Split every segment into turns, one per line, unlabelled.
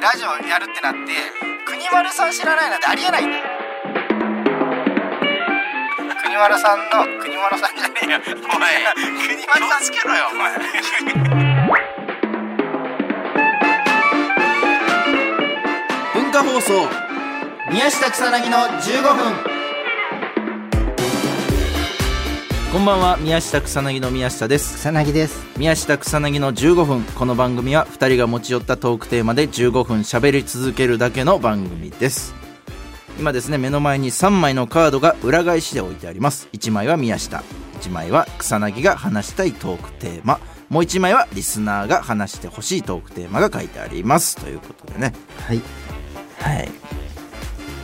ラジオやるってなって国丸さん知らないなんてありえないんだよ国丸さんの国丸さんじゃねえよお前国丸さんつけろよお前
文化放送
宮下草薙の15分
こんばんは宮下草薙の宮下です
草薙です
宮下草薙の15分この番組は2人が持ち寄ったトークテーマで15分喋り続けるだけの番組です今ですね目の前に3枚のカードが裏返しで置いてあります1枚は宮下1枚は草薙が話したいトークテーマもう1枚はリスナーが話してほしいトークテーマが書いてありますということでね
はい
はい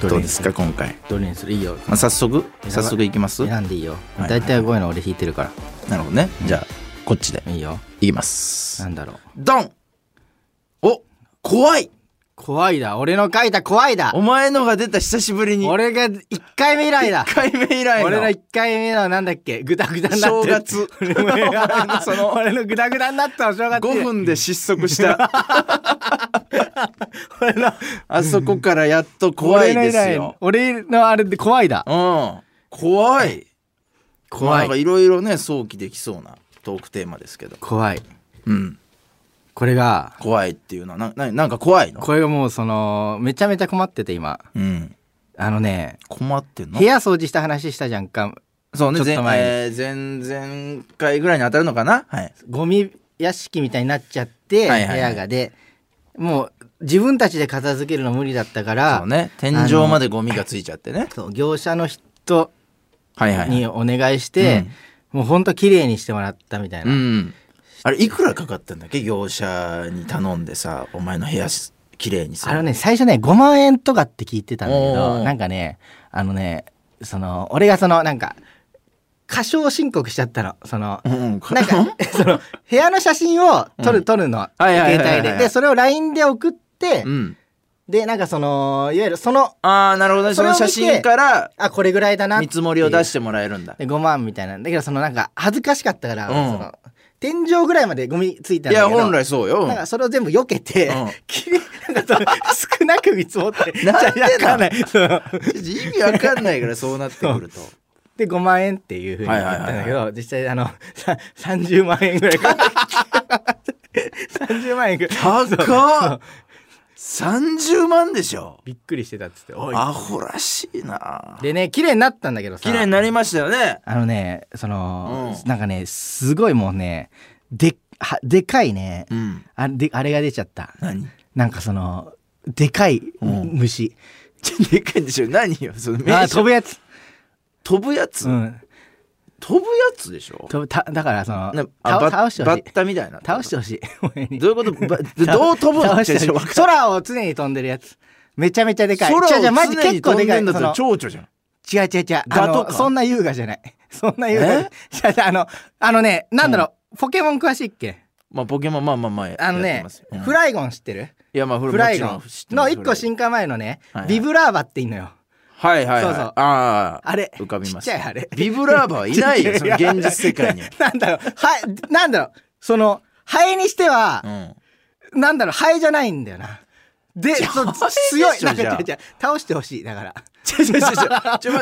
どうですか今回、
どれにするいいよ
まあ、早速早速いきますな
選んでいいよ
はい
大体こういうの俺弾いてるか
るほどねじゃあこっちで
らいいよ
いきます
なんだろう
ドンお怖い
怖いだ俺の書いた怖いだ
お前のが出た久しぶりに1
俺が1回目以来だ
回目以来の
俺の1回目のなんだっけグダグダになっ
正
てる
月
俺の
その
俺のグダグダになったお正月
5分で失速した
俺の
あそこからやっと怖いですよ
俺の以来俺のあれで怖いだ
うん怖い
怖
なんか
い
いろいろね想起できそうなトークテーマですけど
怖い
うん
これが
怖いっていうのはなななんか怖いの
これがもうそのめちゃめちゃ困ってて今
うん
あのね
困ってんの
部屋掃除した話したじゃんか
そうね
ちょっ
前,
と前に
えー、前々回ぐらいに当たるのかなはい
ゴミ屋敷みたいになっちゃって、
はいはいはい
部屋がでもう自分たちで片付けるの無理だったか
そ
ら
うね天井までゴミがついちゃってね
そう業者の人
はいはいはい
にお願いして、もうほんと綺麗にしてもらったみたいな、
うん。あれ、いくらかかったんだっけ業者に頼んでさ、お前の部屋し綺麗にす
あの
る。
ね最初ね5万円とかって聞いてたんだけ
おー
どなんかねあのねその俺がそのなんか過小申告しちゃったのその
うん、か
なんか その部屋の写真を
う
撮
ん
る撮るの
いはいはいはい
携
はい
帯ででそれを LINE で送って
うん。
でなんかそのいわゆるその
ああ、なるほどね。そ
それ
の
を見て
写真から
あこれぐらいだな
見積もりを出しててもらえるんだ。
5万みたいなだけどそのなんか恥ずかしかったから、
うん
その天井ぐらいまでゴミついた
い
んだけ
や、
ど
本来そうよ。う
なんか
ん
それを全部避けて、
うん
きれいなんかその少なく見積もって
なんで
じゃあ
なん
わかんないその
意味わかんないから、そうなってくる と。
で5万円っていうふうに言ったんだけど、実際あのさ30万円ぐ らいかかって30万円ぐらい
高っ !30 万でしょ
びっくりしてたっつっておい
アホらしいな
でね綺麗になったんだけどさ
綺麗になりましたよね。
あのねその、
うん
なんかねすごいもうねではでかいね、
うん。
あれであれが出ちゃった
何
なんかそのでかい
うん
虫、
ちょ でかいんでしょ何よその名
あ
刺
ー飛ぶやつ、
飛ぶやつ、
うん、
飛ぶやつでしょ
飛ぶただからその
なあ
倒
バ
倒してほ
バ
しい
ッタみたいな
倒してほしい 俺に
どういうことばどう飛ぶの
倒して
ちょちょ
ほ
わ
しい
か
空を常に飛んでるやつめちゃめちゃでかい
空を
違う違うマジ
常に
結構
飛
で
ん
か
で
い
んだったら
そ
蝶々じゃん
の違う違う違うあ
蛾とか
のそんな優雅じゃない そんな優雅じ ゃない違う違うあのあのねなんだろう、ポケモン詳しいっけ
まあポケモンまあまあまあ
あ
やっ
の
て
ね
ますよ、うん
フライゴン知ってる
いやまあフ
フライゴ
も
ン
ちろん
の1個
し
進化前のね、
はいはい
ビブラーバっていいのよ
はいはいはい
そうそう
ああ
あれ
浮かびます
ちっちゃいあれ
ビブラーバはいない よその現実世界には
なんだろうはいなんだろうそのハエにしては
う、ん
なんだろうハエじゃないんだよなでそう
ハエでしょ
強いなん
じゃあ
か違う違う倒してほしいだから
ちょちょちょちょちょまあ ちょ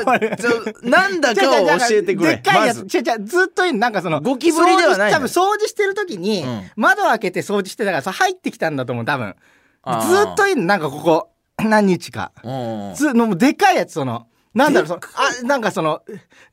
なんだ
じゃ
かを教えてく
で
れ
っかい
ま
やつ、
ず
違う違う、ずっといるなんかその、
ゴキブリではないの
掃除し多分掃除してる時に、
うん
窓開けて掃除してたから、そう入ってきたんだと思う、多分。
あー
ずっといるなんかここ、何日か。
うん
ず、のもうでかいやつ、その、なんだろう、その、あ、なんかその、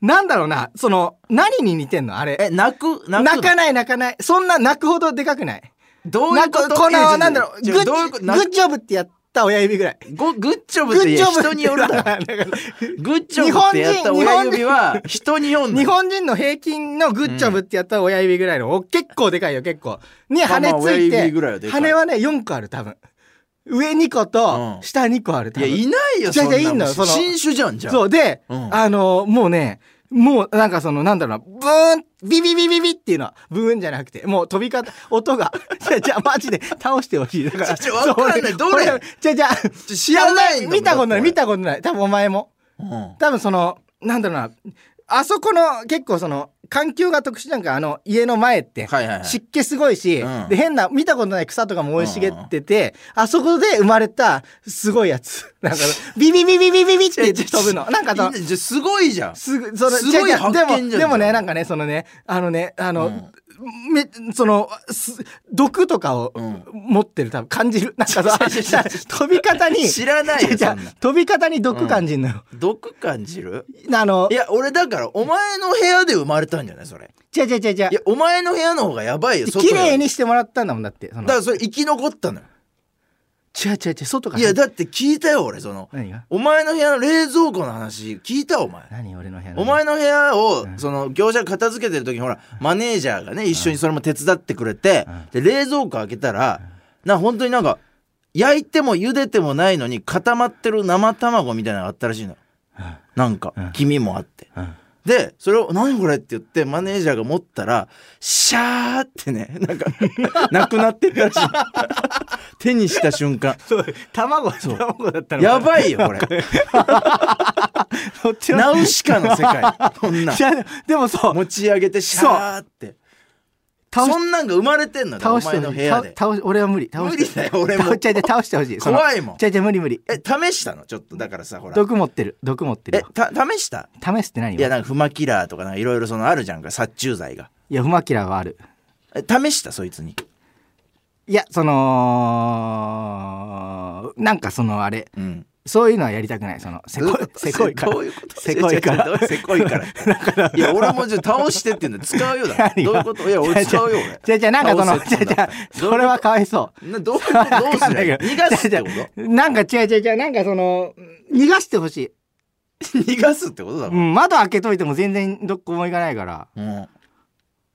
なんだろうな、その、何に似てんのあれ。
え泣く泣く
泣かない泣かない。そんな泣くほどでかくない。
どういう
泣
こ
く、
と
こ
いやちょちょ
の、なんだろう、
ち
グ
ょ
ッ、
ど
グ
ういうこと泣
ッジョブってやった親指ぐらい。
くごグッジョ
グ
ブってい
ッジ
や
ョブって
人によるだろ
だから
グッジョブってやった親指は人に読んで
日本人の平均のグッジョブってやったら親指ぐらいの、お結構でかいよ結構に
まあまあ
羽つ
親
い
指
て
ぐらいはでかい
羽はね4個ある多分上2個
う
と
ん
下2個ある多
いや
分、
いないよ
じ
そん
ゃあ
な
じゃあいいんだよ
もん
その
新種じゃんじゃあ
そうで、
うん
あのもうねもうなんかそのなんだろうなブーンビビビビビっていうのはブーンじゃなくてもう飛び方音が じゃあじゃあマジで倒してほしいだから
ちょちょわかんない
そう
どれ
俺じゃあじゃあ
ちょ知らないんだもん
見たことない見
だ
たことない多分お前も
って俺うん
多分そのなんだろうなあそこの結構その環境が特殊なんかあの家の前って
はいはいはい
湿気すごいし、
うん
で変な見たことない草とかも生い茂ってて、あそこで生まれたすごいやつ なんかビビビビビビビって飛ぶのなんかと
いいじゃすごいじゃん
すぐその
すごい
違う違う
発見じゃん
でもでも
じゃ
ね
あ
なんかねそのねあのねあの、
うん
めそのす毒とかを
うん
持ってる多分感じる、なんかさ
違う違う違う
飛び方に
知らないよ
違う違
そ
うん
な
飛び方に毒感じんのよ、
毒感じる
あの
いや俺だからお前の部屋で生まれたんじゃないそれ
違う違う違う違う
いやお前の部屋の方がやばいよ外
綺
より
麗にしてもらったんだもんだってその
だからそれ生き残ったのよ
違う違う違う外から
いやだって聞いたよ俺その
何が
お前の部屋の冷蔵庫の話聞いたお前
何俺の部屋の
お前の部屋を
ん
その業者が片付けてる時にほらマネージャーがね一緒にそれも手伝ってくれてで冷蔵庫開けたらな本当になんか焼いても茹でてもないのに固まってる生卵みたいなのがあったらしいのよなんか
うん
黄身もあって
うん
でそれを「何これ?」って言ってマネージャーが持ったらシャーってねなんか なくなってったらしい手にした瞬 間
そう卵卵だったの
やばいよこ れ
そっちの
ナウシカの世界こんなん
いやでもでもそう
持ち上げてシャーって
倒し
そんなんが生まれてんのだお
倒し
前
て
の
ほ
部
しい
屋で
倒倒し俺は無理倒して
無理だよ俺も
倒ちゃいちゃい倒してほしいその
怖いもん
ちゃいちゃい無理無理
え試したのちょっとだからさほら
毒持ってる毒持ってる
え
よ
た試した
試すって何
いやなんかフマキラーとかなんかいろいろそのあるじゃんか殺虫剤が
いや不マキラはある
え試したそいつに
いやそのなんかそのあれ
うん
そういうのはやりたくないそのせこい せこいから
どういうこと
せこいから
違う違うどうせこい からいや俺もじゃあ倒してって言うんだ使うよだどう
何が
いうこといや俺使うよ俺
じゃじゃなんかその
倒せ
じ
って言う
ゃじ
んだ
ゃそれはかわいそう
などういうことどうすりゃいい逃がすってこ
なんか違う違う違うなんかその逃がしてほしい、
と逃がすってことだ
う
もん、
ん、窓開けといても全然どこも行かないから
うん、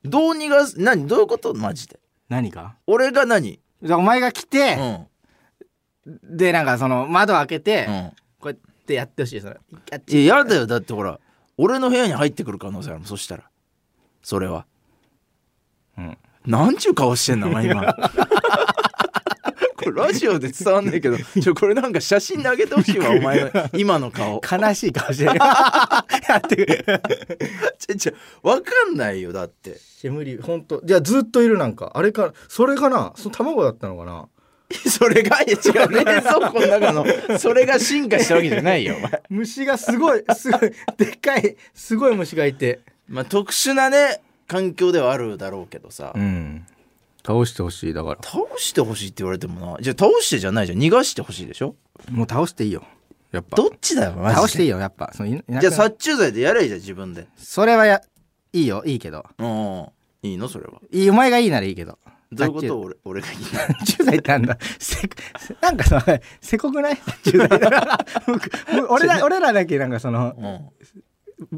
どう逃がす何どういうことマジで
何か
俺が何
じゃあお前が
う
来て、
ん
でなんかその窓開けて、
うん
こうやってやってほしいそれあっち
いややだよだってほら俺の部屋に入ってくる可能性あるもんそしたらそれは
うん
なんちゅう顔してんのお前 今これラジオで伝わんねえけどちょこれなんか写真であげてほしいわお前の今の顔
悲しい 顔してるやってくれ
ちょちょわかんないよだって
無理本当じゃあずっといるなんかあれかそれかなその卵だったのかな
それがいや違う冷蔵庫の中のそれが進化したわけじゃないよお前
虫がすごい すごいでっかいすごい虫がいて
まあ特殊なね環境ではあるだろうけどさ、
うん倒してほしいだから
倒してほしいって言われてもなじゃあ倒してじゃないじゃん逃がしてほしいでしょ
もう倒していいよやっぱ
どっちだよマジで
倒していいよやっぱそのいいなく
じゃあ
な
殺虫剤でやれじゃん自分で
それはやいいよいいけど
うんいいのそれはい
いお前がいいならいいけど
どういうこと俺俺がいいな
10代ってなんだせなんかさせこくない10代だから僕 俺ら俺らだけなんかその
うん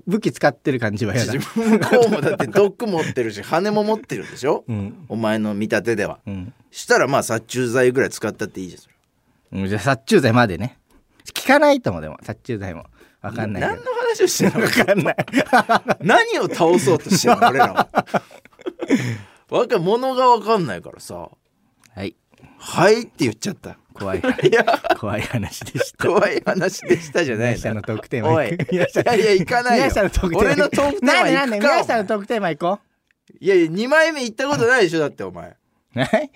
武器使ってる感じは嫌だ
自分向こうもだって毒持ってるし羽も持ってるでしょ、
うん
お前の見立てでは
うん
したらまあ殺虫剤ぐらい使ったっていいじゃんそれ
うんじゃあ殺虫剤までね効かないともでも殺虫剤もわかんないけ
何
ど
の話をしてんの
わかん ない
何を倒そうとしてん の俺らはわか物がわかんないからさ
はい
「はい」って言っちゃった
怖い
いや
怖い話でした
怖い話で したじゃない
宮下のトークテー
お
マ
い
行く
いやいや行かないよ
宮下のトークテーマ
俺のトークテーマ
なんでな
行
んで
くか
宮下のトークテーマ行こ
いやいや2枚目行ったことないでしょだってお前
うはい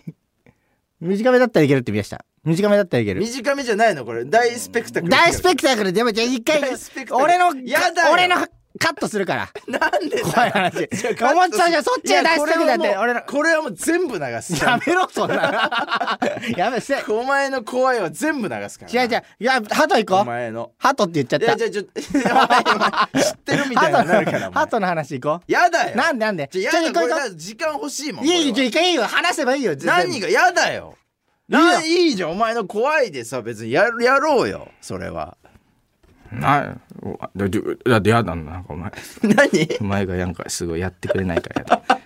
短めだったらいけるって宮下短めだったらいける
短めじゃないのこれ大スペク タクル
大スペクタクルでもじゃあ一回
大スペクタクル
俺の
やだよ
俺のカットするから
なんで
怖い 話思ったじゃんそっちが大スペクタクルだって俺の
これはもう全部流す
やめろそんなやめせ違
お前の怖いは全部流すから
う違ういやハト行
お
こう
前の
ハトって言っちゃっ
いや
た
じゃちょ やばい知ってるみたいになるからお
ハ
前
トの話行こ
やだよ
うなんでなんで
ちょや
ちょ
だ
行こ
こ
う
れ
行こ
だ時間欲しいも
うんいいよ
これは
一回いいよ話せばいいよ
何
が
がやだよないいじゃんお前の怖いでさ別にやるやろうよそれ は
なだってだってやだななんかお前
何
お前がなんかすごいやってくれないからやだ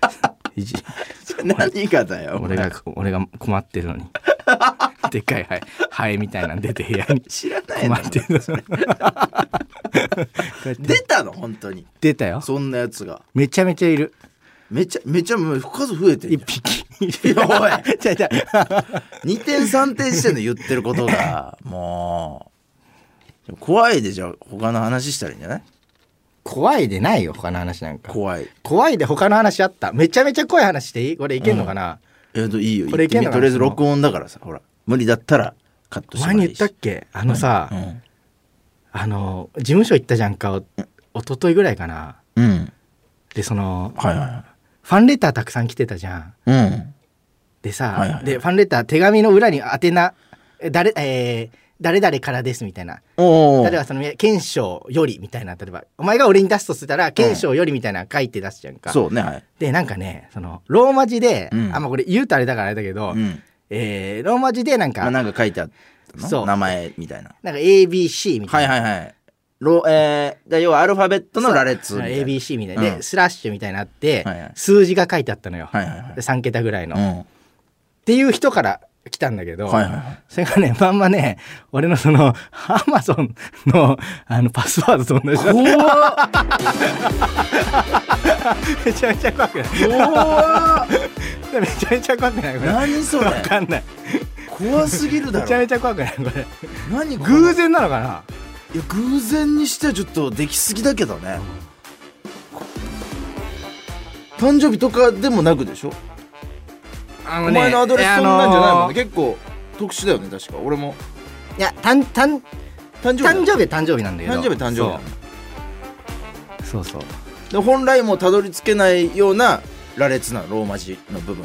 いじ
何がだよお前
俺が俺が困ってる のにでっかいハエハエみたいなの出て部屋に
知らない
困
の
ってるのに
出たの本当に
出た よ
そんなやつが
めちゃめちゃいる
めちゃめちゃもう数増えてる
一匹
い やおい
じゃじゃ
二点三点してんの言ってること がもう怖いでじゃあ他の話したらいいんじゃない
怖いでないよ、他の話なんか。
怖い
怖いで他の話あった。めちゃめちゃ怖い話していいこれいけんのかな、
えっといいよ
これいけん
言
の
ってみとりあえず録音だからさほら無理だったらカットして
前
も
に
らえ
言ったっけあのさ、
うん
あの、事務所行ったじゃんか、お一昨日ぐらいかな。
うん
で、その、
はいは
ファンレターたくさん来てたじゃん。
いはいうん
でさ、
はいはい
で、ファンレター手紙の裏に宛名、え誰、えー誰々からですみたいな。
おお
例えばその、賢章よりみたいな、例えば、お前が俺に出すとしたら、賢章よりみたいなの書いて出すじゃんか。
そうねはい
で、なんかね、その、ローマ字で、
うん
あ、まあこれ言うとあれだからあれだけ
う
ど、
ん
えーローマ字でなん
ま
か、
あなんか書いてあったの
そう
名前みたいな
なんか ABC みた
はいい
な。
はいはいロえー、で要はアルファベットの羅列みたいな
ABC みたいな。で、
うん
スラッシュみたいなのあって、
はいはい
数字が書いてあったのよ。
はいはいはい
で3桁ぐらいの、
う
っ
ん
ていう人から来たんだけど、
はいはいはい
それがね、まんまね、俺のその、 アマゾンの、あの、パスワードと同じだっ。
怖った
めちゃめちゃ怖くない。
怖っ
めちゃめちゃ怖くないこれ。
何それ
わかんない。
怖すぎるだ
めちゃ
ろ
めちゃ怖くないこれ。
何この
偶然なのかない
や偶然にしてはちょっとできすぎだけどね誕生日とかでもなくでしょ、
あ
お前のアドレスそんなんじゃないもんね、
いや
結構特殊だよね確か俺も
あのーいや、たん、たん、
誕生日だ
誕生日は誕生日なんだけど。
誕生日誕生日だよ
そうそうそう。
で本来もたどり着けないような羅列なローマ字の部分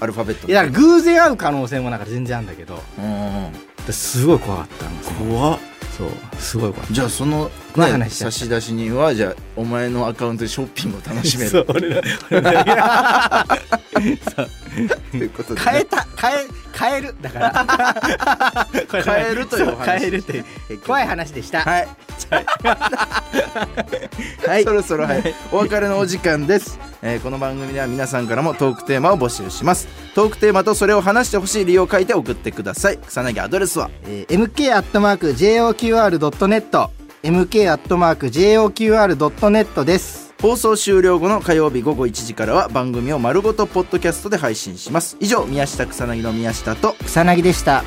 アルファベット
いや、だから偶然会う可能性もなんか全然あるんだけど、
うんうん
すごい怖かったんですよ
怖っ
そう、すごい怖かった。
じゃあその、
怖い
ね、
話しちゃ
差
った
出人はじゃあお前のアカウントでショッピングを楽しめ
そ
る
う、俺ら、俺ら
ということで、ね、
変えた変え変えるだから これ
変えるというお話
そう変えるという怖い話でした、
はい。はい、そろそろ、はい、お別れのお時間です。えーこの番組では皆さんからもトークテーマを募集します。トークテーマとそれを話してほしい理由を書いて送ってください。草薙アドレスは。
えー MK アットマーク JOQR.net MK アットマーク JOQR.net です
放送終了後の火曜日午後1時からは番組を丸ごとポッドキャストで配信します。以上、宮下草薙の宮下と
草薙でした